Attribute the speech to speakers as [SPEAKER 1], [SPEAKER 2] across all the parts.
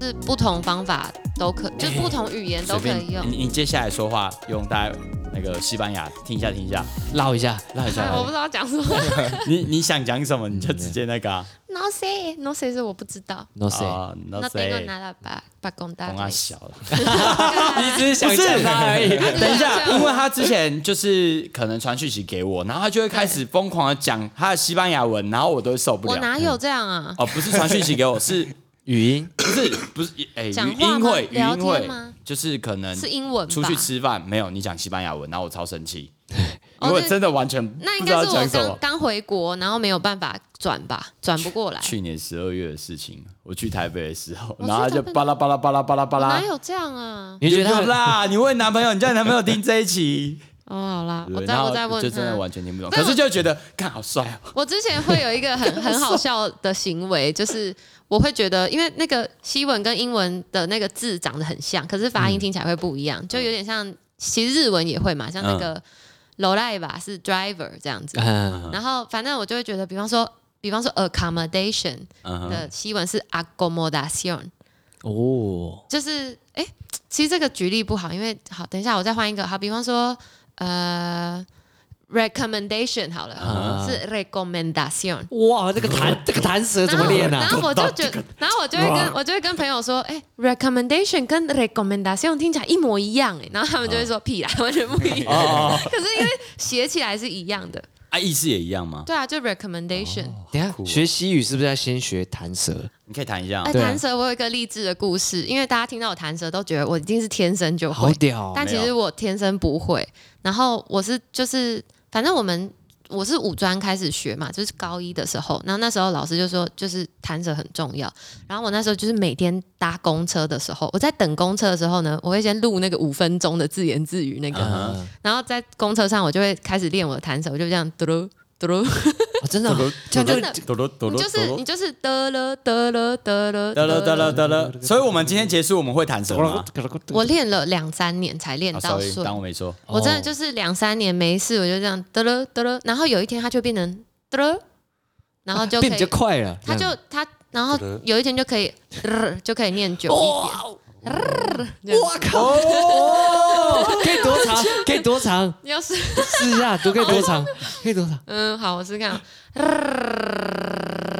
[SPEAKER 1] 是不同方法都可，就是不同语言都
[SPEAKER 2] 哎随
[SPEAKER 1] 可
[SPEAKER 2] 便
[SPEAKER 1] 以用。
[SPEAKER 2] 你你接下来说话用大家那个西班牙听一下听 一下，
[SPEAKER 3] 唠一下，
[SPEAKER 2] 那一下
[SPEAKER 1] 哎
[SPEAKER 2] 来
[SPEAKER 1] 我不知道讲 什么
[SPEAKER 2] 你你想讲什么你就直接那个啊，
[SPEAKER 1] ，no say no say 是我不知道。
[SPEAKER 3] no say，、
[SPEAKER 2] 啊，
[SPEAKER 1] 那
[SPEAKER 2] 那
[SPEAKER 1] 等我
[SPEAKER 2] 谁？
[SPEAKER 1] 拿了吧，把工大
[SPEAKER 2] 红啊小 了，
[SPEAKER 3] 你只是想
[SPEAKER 2] 不是
[SPEAKER 3] 讲他而已。
[SPEAKER 2] 等一下，因为他之前就是可能传讯息给我，然后他就会开始疯狂的讲他的西班牙文，然后我都受不
[SPEAKER 1] 我
[SPEAKER 2] 了。
[SPEAKER 1] 哪有这样啊？
[SPEAKER 2] 哦，不是传讯息给我，是
[SPEAKER 3] 语音，
[SPEAKER 2] 不 是不是？哎，语
[SPEAKER 1] 讲话
[SPEAKER 2] 音
[SPEAKER 1] 吗
[SPEAKER 2] 会语
[SPEAKER 1] 聊
[SPEAKER 2] 音
[SPEAKER 1] 天
[SPEAKER 2] 会
[SPEAKER 1] 吗，
[SPEAKER 2] 就是可能
[SPEAKER 1] 是英文吧？
[SPEAKER 2] 嗯出去吃饭没有你讲西班牙文，然后我超生 气，
[SPEAKER 1] 哦
[SPEAKER 2] 因为
[SPEAKER 1] 那
[SPEAKER 2] 真的完全
[SPEAKER 1] 那
[SPEAKER 2] 不
[SPEAKER 1] 应
[SPEAKER 2] 知
[SPEAKER 1] 该
[SPEAKER 2] 道
[SPEAKER 1] 是我
[SPEAKER 2] 讲什么
[SPEAKER 1] 刚。刚回国，然后没有办法转吧，转不过来。
[SPEAKER 2] 去年十二月的事情，我去台北的时候，
[SPEAKER 1] 我
[SPEAKER 2] 然后他
[SPEAKER 1] 哦去
[SPEAKER 2] 就
[SPEAKER 1] 台北哦
[SPEAKER 2] 巴拉巴拉巴拉巴拉巴
[SPEAKER 1] 哪
[SPEAKER 2] 拉。
[SPEAKER 1] 有这样啊？
[SPEAKER 3] 你就觉得他
[SPEAKER 2] 有啦？ 你问男朋友，你叫你男朋友听这一期，
[SPEAKER 1] 哦，好啦，我
[SPEAKER 2] 对
[SPEAKER 1] 再
[SPEAKER 2] 然后
[SPEAKER 1] 我再问
[SPEAKER 2] 就真的
[SPEAKER 1] 他。
[SPEAKER 2] 完全听不懂。
[SPEAKER 1] 但
[SPEAKER 2] 可
[SPEAKER 1] 我
[SPEAKER 2] 是就觉得，看好帅哦，
[SPEAKER 1] 我之前会有一 个很很好笑的行为，就是我会觉得，因为那个西文跟英文的那个字长得很像，可是发音听起来会不一
[SPEAKER 2] 嗯
[SPEAKER 1] 样，就有点像，其实日文也会嘛，像那个 l o l a 吧是 driver 这样子，
[SPEAKER 3] 嗯，
[SPEAKER 1] 然后反正我就会觉得，比方说，比方说 accommodation
[SPEAKER 2] 嗯哼
[SPEAKER 1] 的西文是 accommodation，
[SPEAKER 3] 哦，
[SPEAKER 1] 就是哎、诶其实这个举例不好，因为好，等一下我再换一个，好，比方说呃，recommendation 好了，
[SPEAKER 2] 嗯
[SPEAKER 3] 啊
[SPEAKER 1] 是 recommendation。
[SPEAKER 3] 哇，这个弹这个弹舌怎
[SPEAKER 1] 然
[SPEAKER 3] 么
[SPEAKER 1] 后，
[SPEAKER 3] 练
[SPEAKER 1] 然
[SPEAKER 3] 啊？
[SPEAKER 1] 后我就觉得，然后我就会跟我就会跟朋友说，哎、r e c o m m e n d a t i o n 跟 recommendation 听起来一模一样、哎，然后他们就
[SPEAKER 3] 啊
[SPEAKER 1] 会说、屁啦，完全不一 样。
[SPEAKER 2] 哦，
[SPEAKER 1] 可是因为写起来是一样的，
[SPEAKER 2] 啊，意思也一样吗？
[SPEAKER 1] 对啊，就 recommendation。
[SPEAKER 3] 等一下学西语是不是要先学弹舌？
[SPEAKER 2] 你可以谈一下
[SPEAKER 1] 哎，
[SPEAKER 2] 吗，
[SPEAKER 3] 对啊
[SPEAKER 1] 弹舌我有一个励志的故事，因为大家听到我弹舌都觉得我一定是天生就
[SPEAKER 3] 好
[SPEAKER 1] 会，
[SPEAKER 3] 屌哦！
[SPEAKER 1] 但其
[SPEAKER 2] 没
[SPEAKER 1] 实
[SPEAKER 2] 有
[SPEAKER 1] 我天生不会。然后我是就是，反正我们我是五专开始学嘛，就是高一的时候，然后那时候老师就说，就是弹舌很重要。然后我那时候就是每天搭公车的时候，我在等公车的时候呢，我会先录那个五分钟的自言自语那个，
[SPEAKER 2] 啊
[SPEAKER 3] 嗯
[SPEAKER 1] 然后在公车上我就会开始练我的弹舌，我就这样嘟噜嘟噜，
[SPEAKER 3] 哦真的哦，这样就
[SPEAKER 1] 哎真的
[SPEAKER 2] 哆哆哆
[SPEAKER 1] 你
[SPEAKER 2] 哆
[SPEAKER 1] 就是你就是得了得了得了
[SPEAKER 2] 得了得了得了。所以我们今天结束，我们会弹什么？
[SPEAKER 1] 我练了两三年才练
[SPEAKER 2] 啊
[SPEAKER 1] 到
[SPEAKER 2] ，sorry，
[SPEAKER 1] 顺
[SPEAKER 2] 当，我没说。
[SPEAKER 1] 我真的就是两三年没事，我就这样得了得了，然后有一天它就变成得了，然后就可
[SPEAKER 3] 变比较
[SPEAKER 1] 以，
[SPEAKER 3] 快了。
[SPEAKER 1] 它就
[SPEAKER 3] 这样
[SPEAKER 1] 它，然后有一天就可以呃就可以念久
[SPEAKER 3] 哦
[SPEAKER 1] 一点。哇，
[SPEAKER 2] 哦，
[SPEAKER 3] 可以多 长？可以多长？
[SPEAKER 1] 要是
[SPEAKER 3] 试一下，都可以多 长？可以多长？
[SPEAKER 1] 嗯好，我试试看，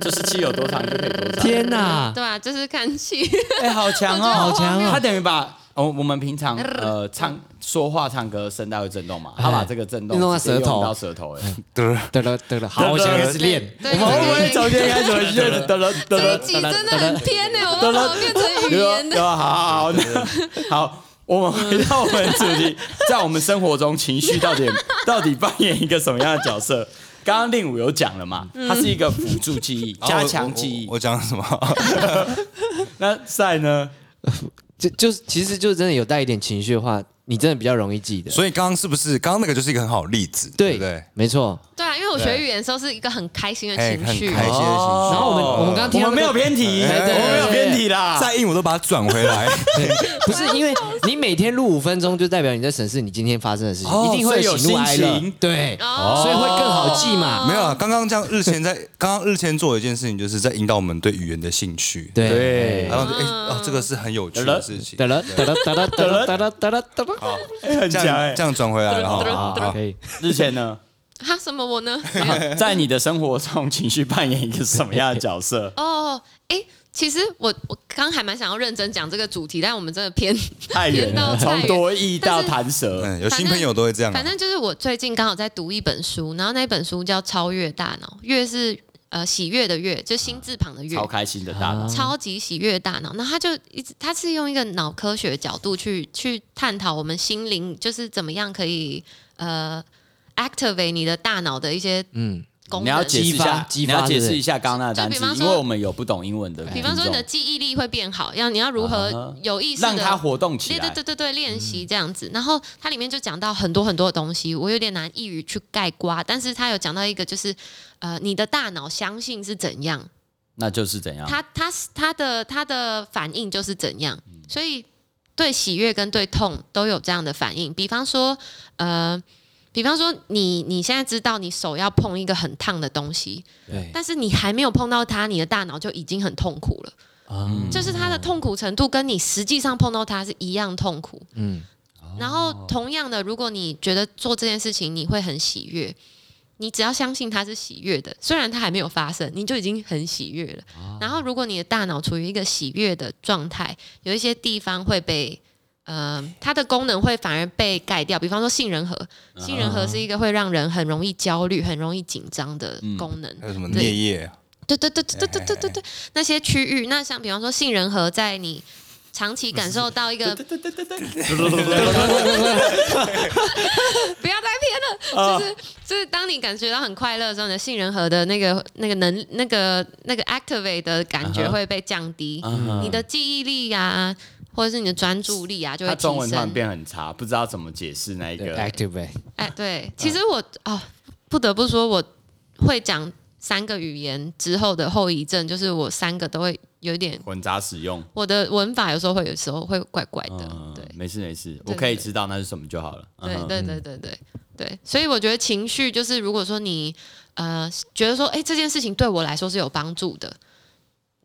[SPEAKER 2] 就是气有多长就可以多长。
[SPEAKER 3] 天哪！
[SPEAKER 1] 对啊，就是看气，
[SPEAKER 2] 哎，好强
[SPEAKER 1] 我觉得
[SPEAKER 2] 哦，
[SPEAKER 1] 好
[SPEAKER 3] 强哦
[SPEAKER 2] 他等于把哦，我们平常呃唱说话、唱歌，声带会震动嘛，他把这个震动
[SPEAKER 3] 哎运动到
[SPEAKER 2] 直接用
[SPEAKER 3] 舌头
[SPEAKER 2] 到舌头，哎，
[SPEAKER 3] 得了得了，好，我想开始练。
[SPEAKER 1] 对，
[SPEAKER 2] 我们会不会从
[SPEAKER 1] 对
[SPEAKER 2] 今天开始回去就是得了得
[SPEAKER 1] 这
[SPEAKER 2] 了
[SPEAKER 1] 一集真的很偏呢，我们怎么变成语
[SPEAKER 2] 对吧
[SPEAKER 1] 言
[SPEAKER 2] 对
[SPEAKER 1] 的？
[SPEAKER 2] 吧？好好好，那好，我们回到我们的主题，在我们生活中，情绪到底 到底扮演一个什么样的角色？刚刚令武有讲了嘛，
[SPEAKER 3] 嗯
[SPEAKER 2] 它是一个辅助记忆、加强记忆
[SPEAKER 4] 哦我。我讲什么？
[SPEAKER 2] 那赛呢？
[SPEAKER 3] 就就是，其实就真的有带一点情绪的话，你真的比较容易记得。
[SPEAKER 4] 所以刚刚是不是刚刚那个就是一个很好的例子，对
[SPEAKER 3] 对
[SPEAKER 4] 不对？
[SPEAKER 3] 没错。
[SPEAKER 1] 对啊，因为我学语言的时候是一个很开心的
[SPEAKER 4] 哎
[SPEAKER 1] 情
[SPEAKER 4] 很
[SPEAKER 1] 绪，
[SPEAKER 4] 开心的
[SPEAKER 2] 哦
[SPEAKER 4] 情
[SPEAKER 3] 然后我们我们刚刚
[SPEAKER 2] 我
[SPEAKER 3] 听到
[SPEAKER 2] 们没有偏题，
[SPEAKER 3] 哎对
[SPEAKER 2] 我们没有
[SPEAKER 3] 对对
[SPEAKER 2] 偏题
[SPEAKER 4] 绪，
[SPEAKER 2] 啦。
[SPEAKER 4] 再硬我都把它转回来。
[SPEAKER 3] 不是因为你每天录五分钟，就代表你在审视你今天发生的事情，
[SPEAKER 2] 哦
[SPEAKER 3] 一定会喜怒哀
[SPEAKER 2] 所以有
[SPEAKER 3] 乐
[SPEAKER 2] 心情，
[SPEAKER 3] 对，
[SPEAKER 1] 哦
[SPEAKER 3] 所以会更好记嘛。
[SPEAKER 4] 没有啊，刚刚这样日前在刚刚日前做的一件事情，就是在引导我们对语言的兴趣。，
[SPEAKER 3] 对，
[SPEAKER 2] 对，
[SPEAKER 4] 然后哎哦，这个是很有趣的事情
[SPEAKER 3] 得。了得了得了得了得了得了得了，
[SPEAKER 4] 好，
[SPEAKER 2] 很
[SPEAKER 4] 这
[SPEAKER 2] 强哎
[SPEAKER 4] 样这。样转回来了
[SPEAKER 1] 得
[SPEAKER 4] 哈。
[SPEAKER 1] 了
[SPEAKER 3] 好好可以。
[SPEAKER 2] 日前呢，
[SPEAKER 1] 哈什么我呢？
[SPEAKER 2] 在你的生活中，情绪扮演一个什么样的角 色？
[SPEAKER 1] 哦，哎，其实我我刚还蛮想要认真讲这个主题，但我们真的偏
[SPEAKER 2] 太远了，
[SPEAKER 1] 偏到太
[SPEAKER 2] 啊从
[SPEAKER 1] 远
[SPEAKER 2] 多义到
[SPEAKER 1] 但是
[SPEAKER 2] 弹舌，
[SPEAKER 4] 嗯，有新朋友都会这样啊。
[SPEAKER 1] 反正就是我最近刚好在读一本书，然后那本书叫《超越大脑》，越是呃喜悦的悦，就心字旁的悦
[SPEAKER 2] 超。开心的大脑。
[SPEAKER 1] 超级喜悦大脑，那他就一直，他是用一个脑科学角度去去探讨我们心灵，就是怎么样可以呃 activate 你的大脑的一些
[SPEAKER 3] 嗯，
[SPEAKER 1] 功能。
[SPEAKER 2] 你要解释一下，
[SPEAKER 3] 激发激
[SPEAKER 2] 你
[SPEAKER 3] 发
[SPEAKER 2] 要解释一下刚刚那个单
[SPEAKER 1] 就比方
[SPEAKER 2] 词，
[SPEAKER 1] 说
[SPEAKER 2] 因为我们有不懂英文的听众，
[SPEAKER 1] 比方说你的记忆力会变好，要你要如
[SPEAKER 2] 啊
[SPEAKER 1] 何有意识的
[SPEAKER 2] 让它活动起
[SPEAKER 1] 对对
[SPEAKER 2] 来嗯
[SPEAKER 1] 对。对对，练习这样子。然后它里面就讲到很多很多的东西，我有点难一语去概括，但是它有讲到一个就是，呃，你的大脑相信是怎样，
[SPEAKER 2] 那就是怎样？
[SPEAKER 1] 它它它的它的反应就是怎样，所以对喜悦跟对痛都有这样的反应。比方说，呃。比方说你，你现在知道你手要碰一个很烫的东西，
[SPEAKER 3] 对，
[SPEAKER 1] 但是你还没有碰到它，你的大脑就已经很痛苦了。就是他的痛苦程度跟你实际上碰到他是一样痛苦。
[SPEAKER 3] 嗯，
[SPEAKER 1] 然后同样的，如果你觉得做这件事情你会很喜悦，你只要相信它是喜悦的，虽然它还没有发生，你就已经很喜悦了。然后如果你的大脑处于一个喜悦的状态，有一些地方会被。呃，它的功能会反而被盖掉，比方说杏仁核，杏仁核是一个会让人很容易焦虑、很容易紧张的功能。
[SPEAKER 4] 还有什么
[SPEAKER 1] 对
[SPEAKER 4] 颞叶？
[SPEAKER 2] 哎
[SPEAKER 1] 对对对对对对对对对，那些区域，那像比方说杏仁核，在你长期感受到一个， 不要 再骗
[SPEAKER 2] 哦
[SPEAKER 1] 了，就是就是当你感觉到很快乐的时候，你的杏仁核的那个那个能那个那个 activate 的感
[SPEAKER 2] 啊
[SPEAKER 1] 觉会被降低，你的记忆力啊，或者是你的专注力啊，就会
[SPEAKER 2] 他中文
[SPEAKER 1] 提
[SPEAKER 2] 突然
[SPEAKER 1] 升。
[SPEAKER 2] 变很差，不知道怎么解释那一
[SPEAKER 3] 对
[SPEAKER 2] 个。
[SPEAKER 3] ，activate，
[SPEAKER 2] 嗯
[SPEAKER 1] 哎，对，其实我哦，不得不说，我会讲三个语言之后的后遗症，就是我三个都会有一点。
[SPEAKER 2] 混杂使用。
[SPEAKER 1] 我的文法有时候会有时候会怪怪的，
[SPEAKER 2] 嗯，
[SPEAKER 1] 对
[SPEAKER 2] 没事没事，
[SPEAKER 1] 对
[SPEAKER 2] 我可以
[SPEAKER 1] 对
[SPEAKER 2] 知道那是什么就好了。嗯
[SPEAKER 1] 对
[SPEAKER 2] 哼
[SPEAKER 1] 对对对对对，所以我觉得情绪就是，如果说你呃觉得说，哎、这件事情对我来说是有帮助的，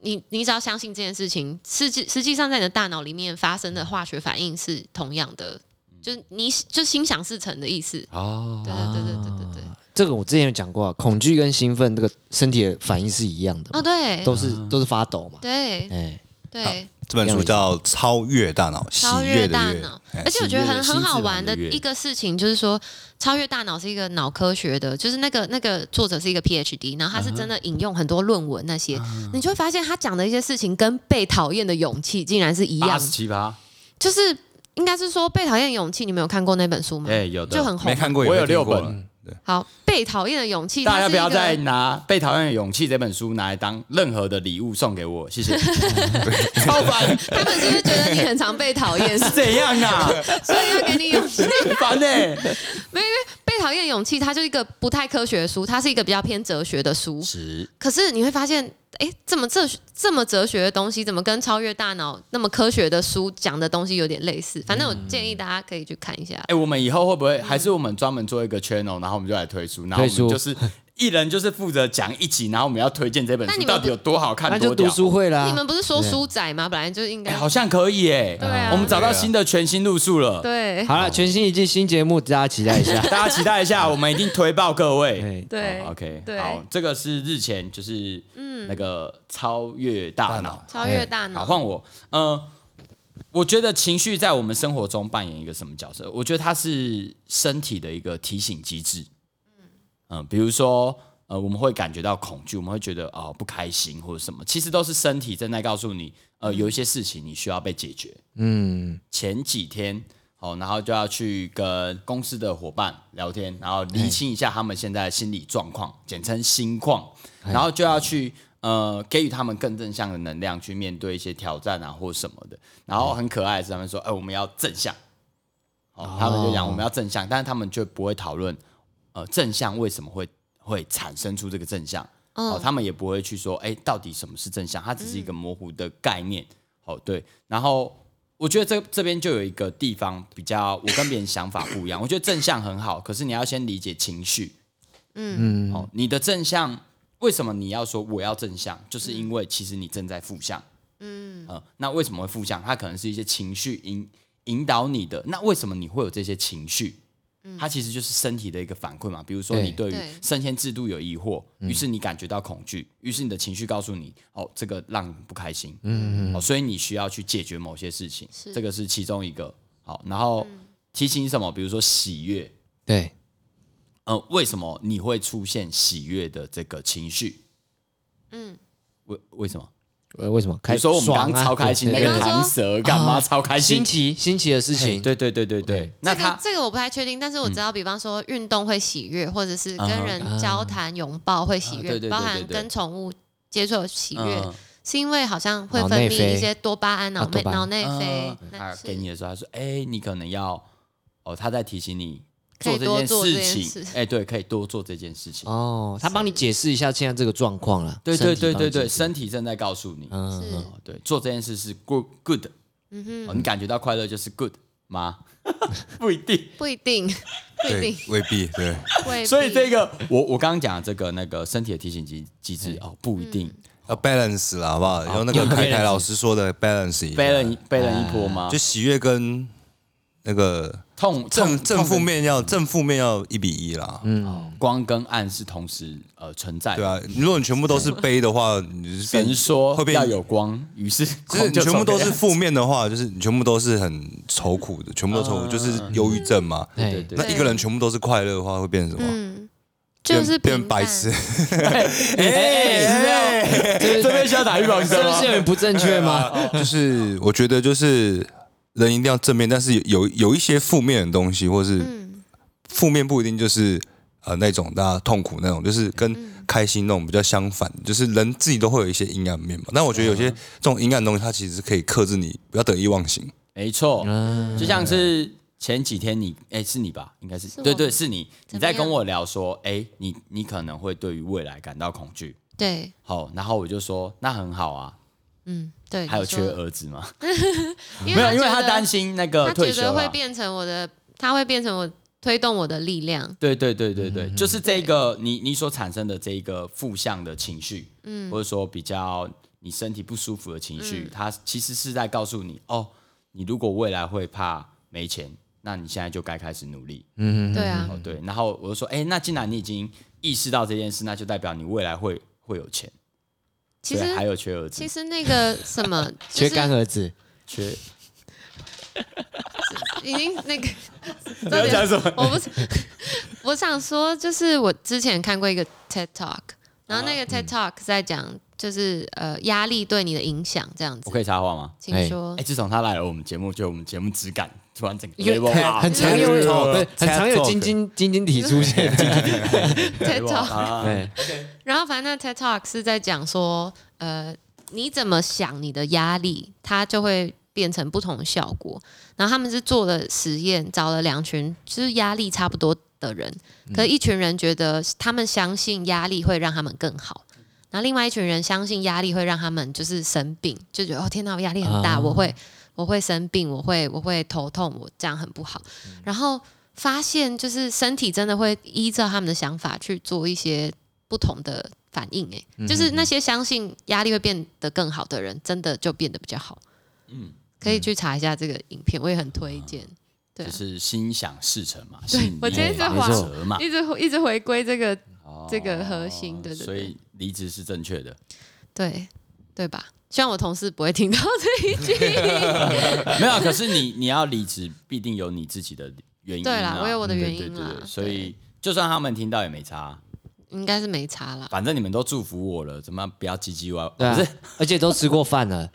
[SPEAKER 1] 你你只要相信这件事情，实际实际上在你的大脑里面发生的化学反应是同样的，就是你就心想事成的意思。
[SPEAKER 2] 哦，
[SPEAKER 1] 对对对对对对对，
[SPEAKER 3] 这个我之前有讲过啊，恐惧跟兴奋这个身体的反应是一样的嘛，
[SPEAKER 1] 哦对
[SPEAKER 3] 都是都是发抖嘛，
[SPEAKER 1] 对
[SPEAKER 3] 哎，
[SPEAKER 1] 对，
[SPEAKER 4] 这本书叫《超越大脑》，
[SPEAKER 1] 超
[SPEAKER 4] 喜
[SPEAKER 1] 越
[SPEAKER 4] 的
[SPEAKER 1] 大
[SPEAKER 4] 悦
[SPEAKER 1] 脑
[SPEAKER 4] 哎，
[SPEAKER 1] 而且我觉得
[SPEAKER 2] 喜悦
[SPEAKER 1] 很
[SPEAKER 2] 心
[SPEAKER 1] 很好
[SPEAKER 2] 智的
[SPEAKER 1] 玩的
[SPEAKER 2] 愉悦
[SPEAKER 1] 一个事情就是说，超越大脑是一个脑科学的，就是那个那个作者是一个 PhD，然后他
[SPEAKER 2] 嗯
[SPEAKER 1] 是真的引用很多论文那些，你就会发现他讲的一些事情跟被讨厌的勇气竟然是一
[SPEAKER 2] 八
[SPEAKER 1] 样
[SPEAKER 2] 十，七趴，
[SPEAKER 1] 就是应该是说被讨厌的勇气，你们有看过那本书吗？
[SPEAKER 2] 哎，有的
[SPEAKER 1] 就很红
[SPEAKER 4] 没，看过也
[SPEAKER 2] 我
[SPEAKER 4] 没
[SPEAKER 2] 有六
[SPEAKER 4] 听过
[SPEAKER 2] 本
[SPEAKER 1] 嗯
[SPEAKER 4] 了
[SPEAKER 1] 好，被讨厌的勇气，
[SPEAKER 2] 大
[SPEAKER 1] 它
[SPEAKER 2] 家
[SPEAKER 1] 是
[SPEAKER 2] 不
[SPEAKER 1] 一
[SPEAKER 2] 要
[SPEAKER 1] 个
[SPEAKER 2] 再拿《被讨厌的勇气》这本书拿来当任何的礼物送给我，谢谢。超烦，
[SPEAKER 1] 他们是不是觉得你很常被讨厌，所
[SPEAKER 2] 怎样啊？
[SPEAKER 1] 以要给你勇气？
[SPEAKER 2] 很烦呢。
[SPEAKER 3] 欸
[SPEAKER 1] 被讨厌的勇气，它就是一个不太科学的书，它是一个比较偏哲学的书。
[SPEAKER 2] 十
[SPEAKER 1] 可是你会发现，哎，这么哲这么哲学的东西，怎么跟超越大脑那么科学的书讲的东西有点类似？反正
[SPEAKER 2] 嗯
[SPEAKER 1] 我建议大家可以去看一下。
[SPEAKER 2] 哎，我们以后会不会还是我们专门做一个 channel，然后我们就来推书，然后我
[SPEAKER 3] 推书
[SPEAKER 2] 们就是一人就是负责讲一集，然后我们要推荐这本
[SPEAKER 1] 那
[SPEAKER 2] 书
[SPEAKER 1] 你们
[SPEAKER 2] 到底有多好看
[SPEAKER 3] 那，
[SPEAKER 2] 多
[SPEAKER 3] 就读
[SPEAKER 2] 屌。
[SPEAKER 3] 书会啦
[SPEAKER 1] 你。们不是说书仔吗？本来就应该、
[SPEAKER 2] 哎，好像可以哎，
[SPEAKER 1] 对啊
[SPEAKER 2] 我们找到新的全新路数了。。
[SPEAKER 1] 对啊
[SPEAKER 3] 好了，全新一季新节目，大家期待一下
[SPEAKER 2] 大家期待一下，我们一定推爆各位。
[SPEAKER 3] 对，
[SPEAKER 1] 对、
[SPEAKER 2] 好，OK，
[SPEAKER 1] 对
[SPEAKER 2] 好，这个是日前就是嗯那个超越大脑，
[SPEAKER 1] 超越大脑
[SPEAKER 2] 好，换我，呃，我觉得情绪在我们生活中扮演一个什么角色？我觉得它是身体的一个提醒机制。嗯、比如说，呃，我们会感觉到恐惧，我们会觉得啊、不开心或者什么，其实都是身体正在告诉你，呃，有一些事情你需要被解决。
[SPEAKER 3] 嗯，
[SPEAKER 2] 前几天，哦，然后就要去跟公司的伙伴聊天，然后厘清一下他们现在的心理状况，简称心况，然后就要去呃给予他们更正向的能量，去面对一些挑战啊或什么的。然后很可爱的是，他们说，哎、我们要正向，哦，他们就讲我们要正向，但是他们就不会讨论呃正向为什么会会产生出这个正向。哦，他们也不会去说，哎、到底什么是正向？它只是一个模糊的概念。哦，对。然后我觉得这这边就有一个地方比较，我跟别人想法不一样。我觉得正向很好，可是你要先理解情绪。嗯哦，你的正向为什么你要说我要正向？就是因为其实你正在负向。嗯、呃，那为什么会负向？它可能是一些情绪引引导你的。那为什么你会有这些情绪？它其实就是身体的一个反馈嘛，比如说你对
[SPEAKER 1] 对
[SPEAKER 2] 于
[SPEAKER 1] 对
[SPEAKER 2] 升迁制度有疑惑，于是你感觉到恐惧，于是你的情绪告诉你，哦，这个让你不开心，嗯，哦，所以你需要去解决某些事情，这个是其中一个。好，然后
[SPEAKER 1] 嗯
[SPEAKER 2] 提醒什么？比如说喜悦，
[SPEAKER 3] 对，
[SPEAKER 2] 呃，为什么你会出现喜悦的这个情绪？嗯，为为什么？
[SPEAKER 3] 呃，为什么？
[SPEAKER 2] 比
[SPEAKER 3] 开
[SPEAKER 2] 如说我们
[SPEAKER 3] 爽啊
[SPEAKER 2] 刚刚超开心，那
[SPEAKER 3] 对
[SPEAKER 2] 个
[SPEAKER 3] 对对
[SPEAKER 1] 刚
[SPEAKER 2] 弹
[SPEAKER 1] 刚
[SPEAKER 2] 舌干嘛
[SPEAKER 3] 啊
[SPEAKER 2] 超开
[SPEAKER 3] 新
[SPEAKER 2] 心？
[SPEAKER 3] 奇新奇的事情，
[SPEAKER 2] 对对对对对，那
[SPEAKER 1] 这个
[SPEAKER 2] 他
[SPEAKER 1] 这个我不太确定，但是我知道，比方说运动会喜悦，或者是跟
[SPEAKER 2] 嗯
[SPEAKER 1] 人交谈、拥抱会喜
[SPEAKER 2] 啊对
[SPEAKER 1] 悦
[SPEAKER 2] 对，对
[SPEAKER 1] 包
[SPEAKER 2] 对
[SPEAKER 1] 含
[SPEAKER 2] 对
[SPEAKER 1] 跟宠物接触喜悦
[SPEAKER 2] 嗯，
[SPEAKER 1] 是因为好像会
[SPEAKER 3] 脑
[SPEAKER 1] 分
[SPEAKER 3] 内
[SPEAKER 1] 泌
[SPEAKER 3] 啡
[SPEAKER 1] 一些多巴胺、脑
[SPEAKER 3] 啊
[SPEAKER 1] 内
[SPEAKER 3] 多巴胺
[SPEAKER 1] 脑内啡
[SPEAKER 2] 嗯，
[SPEAKER 1] 那
[SPEAKER 2] 他
[SPEAKER 1] 是
[SPEAKER 2] 给你的时候，他说：“哎、你可能要哦，他在提醒你
[SPEAKER 1] 可以
[SPEAKER 2] 做
[SPEAKER 1] 多
[SPEAKER 2] 件
[SPEAKER 1] 做这
[SPEAKER 2] 事
[SPEAKER 1] 件
[SPEAKER 2] 情。
[SPEAKER 1] 事
[SPEAKER 2] 哎、对，可以多做这件事情。
[SPEAKER 3] 哦，他帮你解释一下现在这个状况了。
[SPEAKER 2] 对对对对对，
[SPEAKER 3] 身体
[SPEAKER 2] 身体正在告诉你，
[SPEAKER 3] 帮你解释嗯，
[SPEAKER 1] 是
[SPEAKER 2] 哦，对，做这件事是 good good，嗯哼、哦，你感觉到快乐就是 good 吗？不一定。
[SPEAKER 1] 不一 定，不一
[SPEAKER 4] 对
[SPEAKER 1] 定，，
[SPEAKER 4] 未必对。
[SPEAKER 1] 未必嗯
[SPEAKER 2] 所以这个我我刚刚讲的这个那个身体的提醒机机制哦，不一定。
[SPEAKER 4] 要 balance 了，好不好？用那个凯凯老师说的哦 balance 一下
[SPEAKER 2] 背了一背了一波吗？
[SPEAKER 4] 哎就喜悦跟那个
[SPEAKER 2] 痛
[SPEAKER 4] 正
[SPEAKER 2] 痛
[SPEAKER 4] 正
[SPEAKER 2] 痛
[SPEAKER 4] 负
[SPEAKER 2] 跟
[SPEAKER 4] 面要正负面要一比一啦。嗯，
[SPEAKER 2] 光跟暗是同时呃存在的，
[SPEAKER 4] 对啊，如果你全部都是悲的话，你就是变
[SPEAKER 2] 神说
[SPEAKER 4] 会变
[SPEAKER 2] 要有光，于是
[SPEAKER 4] 就是
[SPEAKER 2] 光
[SPEAKER 4] 你
[SPEAKER 2] 就
[SPEAKER 4] 全部
[SPEAKER 2] 从
[SPEAKER 4] 都是
[SPEAKER 2] 这样
[SPEAKER 4] 负面的话，就是你全部都是很愁苦的，全部都愁苦，就是忧郁症嘛。
[SPEAKER 3] 对
[SPEAKER 2] 对对
[SPEAKER 4] 那一个人全部都是快乐的话，会变成什么？
[SPEAKER 1] 嗯，就是平
[SPEAKER 4] 变变白
[SPEAKER 1] 淡
[SPEAKER 4] 痴。
[SPEAKER 2] 哎，是这边需要打预防针
[SPEAKER 3] 是不
[SPEAKER 2] 吗
[SPEAKER 3] 是有？点不正确吗？
[SPEAKER 4] 就是我觉得就是人一定要正面，但是有有有一些负面的东西，或是
[SPEAKER 1] 嗯
[SPEAKER 4] 负面不一定就是呃那种大家痛苦那种，就是跟
[SPEAKER 1] 嗯
[SPEAKER 4] 开心那种比较相反，就是人自己都会有一些阴暗面嘛。但我觉得有
[SPEAKER 2] 嗯
[SPEAKER 4] 些这种阴暗的东西，它其实是可以克制你，不要得意忘形。
[SPEAKER 2] 没错，就像是前几天你，哎，是你吧？应该是，
[SPEAKER 1] 我
[SPEAKER 2] 对对，是你。你
[SPEAKER 1] 怎么
[SPEAKER 2] 在
[SPEAKER 1] 样
[SPEAKER 2] 跟我聊说，哎，你你可能会对于未来感到恐惧。
[SPEAKER 1] 对，
[SPEAKER 2] 好，然后我就说，那很好啊。
[SPEAKER 1] 嗯，对，
[SPEAKER 2] 还有
[SPEAKER 1] 你
[SPEAKER 2] 缺
[SPEAKER 1] 说的，
[SPEAKER 2] 儿子吗？
[SPEAKER 1] 没
[SPEAKER 2] 没有，因为他
[SPEAKER 1] 担
[SPEAKER 2] 担
[SPEAKER 1] 心。
[SPEAKER 2] 心那个
[SPEAKER 1] 他
[SPEAKER 2] 退
[SPEAKER 1] 觉
[SPEAKER 2] 休啊
[SPEAKER 1] 得会
[SPEAKER 2] 了。
[SPEAKER 1] 变成我的，他会变成我推动我的力量。
[SPEAKER 2] 对对对对
[SPEAKER 3] 嗯
[SPEAKER 2] 对，就是这个你你所产生的这一个负向的情绪，嗯，或者说比较你身体不舒服的情
[SPEAKER 1] 嗯
[SPEAKER 2] 绪，它其实是在告诉你，哦，你如果未来会怕没钱，那你现在就该开始努力。
[SPEAKER 3] 嗯
[SPEAKER 1] 对啊，
[SPEAKER 2] 哦，对，然后我就说，哎，那既然你已经意识到这件事，那就代表你未来会会有钱。
[SPEAKER 1] 其
[SPEAKER 2] 对还
[SPEAKER 1] 实
[SPEAKER 2] 有缺儿子
[SPEAKER 1] 其，实那个什 么，就
[SPEAKER 3] 缺
[SPEAKER 1] 是
[SPEAKER 3] 干儿子，
[SPEAKER 2] 缺，
[SPEAKER 1] 已经那个
[SPEAKER 2] 你要讲什么
[SPEAKER 1] 我不是，我想说，就是我之前看过一个 TED Talk，然后那
[SPEAKER 2] 啊嗯
[SPEAKER 1] 个 TED Talk 在讲就是呃压力对你的影响这样
[SPEAKER 2] 我
[SPEAKER 1] 子，
[SPEAKER 2] 可以插话吗？
[SPEAKER 1] 请
[SPEAKER 3] 哎
[SPEAKER 1] 说
[SPEAKER 2] 哎，。自从他来了我们节目，就我们节目质感突然整个
[SPEAKER 3] 因
[SPEAKER 2] level
[SPEAKER 3] 为
[SPEAKER 2] up
[SPEAKER 3] 很常有，
[SPEAKER 4] 对
[SPEAKER 3] 对，很常有
[SPEAKER 4] TED Talk
[SPEAKER 3] 晶晶晶晶体出现，
[SPEAKER 1] TED
[SPEAKER 2] level
[SPEAKER 1] Talk，
[SPEAKER 2] up
[SPEAKER 3] 对，
[SPEAKER 1] 然后反正那 TED Talk 是在讲说，呃，你怎么想你的压力，它就会变成不同的效果。然后他们是做了实验，找了两群就是压力差不多的人，可是一群人觉得他们相信压力会让他们更好。然后另外一群人相信压力会让他们就是生病，就觉得哦天哪，我压力很大，
[SPEAKER 3] 啊
[SPEAKER 1] 我会我会生病，我会我会头痛，我这样很不好。然后发现就是身体真的会依照他们的想法去做一些不同的反应、欸，就是那些相信压力会变得更好的人，真的就变得比较好。嗯，可以去查一下这个影片，我也很推荐。对啊
[SPEAKER 2] 就，是心想事成嘛，信
[SPEAKER 1] 我今天
[SPEAKER 2] 念
[SPEAKER 1] 在
[SPEAKER 2] 法
[SPEAKER 1] 滑
[SPEAKER 2] 则嘛，
[SPEAKER 1] 一直一直回归这个
[SPEAKER 2] 哦
[SPEAKER 1] 这个核心对对
[SPEAKER 2] 所以离职是正确的，
[SPEAKER 1] 对对吧？希望我同事不会听到这一句。
[SPEAKER 2] 没有。可是你你要离职，必定有你自己的原因啊。
[SPEAKER 1] 对啦我有我的
[SPEAKER 2] 嗯
[SPEAKER 1] 原因
[SPEAKER 2] 对对对对
[SPEAKER 1] 啦
[SPEAKER 2] 所以就算他们听到也没差，
[SPEAKER 1] 应该是没差啦。
[SPEAKER 2] 反正你们都祝福我了，怎么不要唧唧歪？
[SPEAKER 3] 对啊
[SPEAKER 2] 不是，，
[SPEAKER 3] 而且都吃过饭了，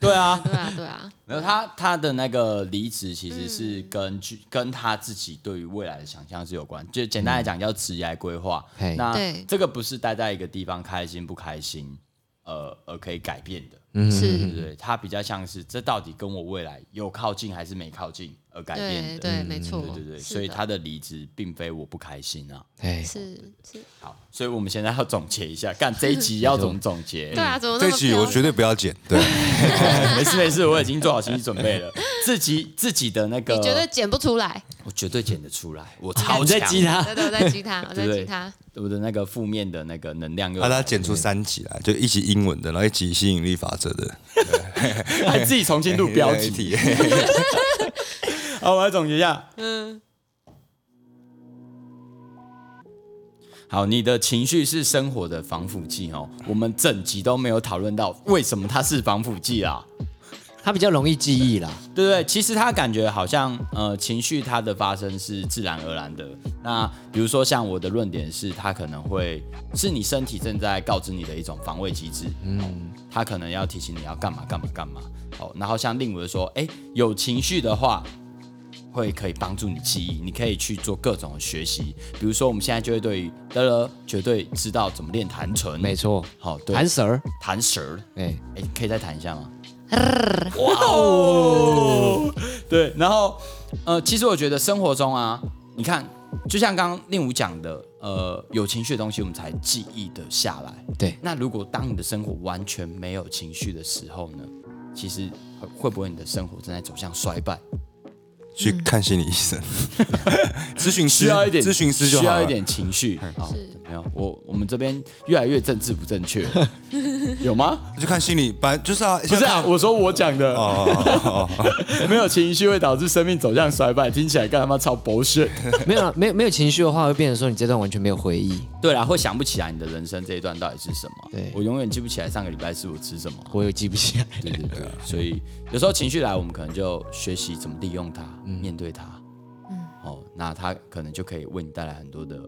[SPEAKER 2] 对 啊。
[SPEAKER 1] 对啊，对啊，
[SPEAKER 2] 没有他他的那个离职其实是根据、
[SPEAKER 3] 嗯
[SPEAKER 2] 跟他自己对于未来的想象是有关，就简单来讲叫职业规划。
[SPEAKER 3] 嘿
[SPEAKER 2] 那
[SPEAKER 1] 对
[SPEAKER 2] 这个不是待在一个地方开心不开心，呃而可以改变的。对
[SPEAKER 3] 嗯
[SPEAKER 1] 是，
[SPEAKER 2] 对，对，它比较像是这到底跟我未来有靠近还是没靠近而改
[SPEAKER 1] 对
[SPEAKER 2] 变的。
[SPEAKER 1] 对，没错，
[SPEAKER 2] 对对对
[SPEAKER 1] 是
[SPEAKER 2] 所以
[SPEAKER 1] 的
[SPEAKER 2] 他的离职并非我不开心啊。
[SPEAKER 3] 哎，
[SPEAKER 1] 是是，
[SPEAKER 2] 好，所以我们现在要总结一下，干这一集要怎么总结？
[SPEAKER 1] 对啊，怎么那
[SPEAKER 4] 这
[SPEAKER 1] 么
[SPEAKER 4] 期
[SPEAKER 1] 飘
[SPEAKER 4] 我绝对不要剪，对，
[SPEAKER 2] 没事没事，我已经做好心理准备了。自己自己的那个，
[SPEAKER 1] 你觉得剪不出来？
[SPEAKER 2] 我绝对剪得出来，我
[SPEAKER 3] 好，
[SPEAKER 2] 超
[SPEAKER 3] 我在
[SPEAKER 2] 强
[SPEAKER 3] 激，他，
[SPEAKER 1] 对对，我在激他，我在
[SPEAKER 2] 对
[SPEAKER 1] 激
[SPEAKER 2] 对
[SPEAKER 1] 他。
[SPEAKER 2] 我的那个负面的那个能量又
[SPEAKER 4] 把它剪出三集来，就一集英文的，然后一集吸引力法则的，
[SPEAKER 2] 还自己重新 录标
[SPEAKER 4] 一
[SPEAKER 2] 题。
[SPEAKER 4] 题。
[SPEAKER 2] 好，我来总结一下。嗯。好，你的情绪是生活的防腐剂哦。我们整集都没有讨论到为什么它是防腐剂啊，
[SPEAKER 3] 他比较容易记忆啦，
[SPEAKER 2] 对不对？其实它感觉好像呃，情绪它的发生是自然而然的。那比如说像我的论点是，它可能会是你身体正在告知你的一种防卫机制，嗯，它可能要提醒你要干嘛干嘛干嘛。哦，然后像令武说，哎，有情绪的话，会可以帮助你记忆，你可以去做各种的学习，比如说我们现在就会对于的了，绝对知道怎么练弹唇，
[SPEAKER 3] 没错，
[SPEAKER 2] 好，对，
[SPEAKER 3] 弹舌儿，
[SPEAKER 2] 弹舌，
[SPEAKER 3] 哎，
[SPEAKER 2] 哎，可以再弹一下吗？哇哦，对，然后呃，其实我觉得生活中啊，你看，就像刚刚令武讲的，呃，有情绪的东西我们才记忆的下来，
[SPEAKER 3] 对，
[SPEAKER 2] 那如果当你的生活完全没有情绪的时候呢，其实会会不会你的生活正在走向衰败？
[SPEAKER 4] 去看心理 医生， 咨询师
[SPEAKER 2] 需要一点哦
[SPEAKER 4] 咨询师就好
[SPEAKER 2] 需
[SPEAKER 4] 了
[SPEAKER 2] 要一点情绪。好，没有我我们这边越来越政治不正确，有吗？
[SPEAKER 4] 就看心理，反正就是啊，
[SPEAKER 2] 不是 啊，我说我讲的，
[SPEAKER 4] 哦哦哦哦哦，
[SPEAKER 2] 没有情绪会导致生命走向衰败，听起来干他妈超 bullshit。
[SPEAKER 3] 没有啊没有没有情绪的话，会变成说你这段完全没有回忆。
[SPEAKER 2] 对啦，会想不起来你的人生这一段到底是什么。
[SPEAKER 3] 对
[SPEAKER 2] 我永远记不起来上个礼拜四我吃什么。
[SPEAKER 3] 我也记不起来。
[SPEAKER 2] 对对对，所以有时候情绪来，我们可能就学习怎么利用它，面对它。嗯，哦，那它可能就可以为你带来很多的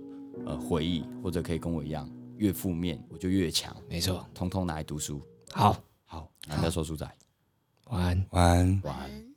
[SPEAKER 2] 呃回忆，或者可以跟我一样，越负面我就越强，
[SPEAKER 3] 没错，
[SPEAKER 2] 通通拿来读书。
[SPEAKER 3] 好，
[SPEAKER 2] 好，南教说书仔，
[SPEAKER 3] 晚安。
[SPEAKER 4] 晚安。
[SPEAKER 2] 晚安。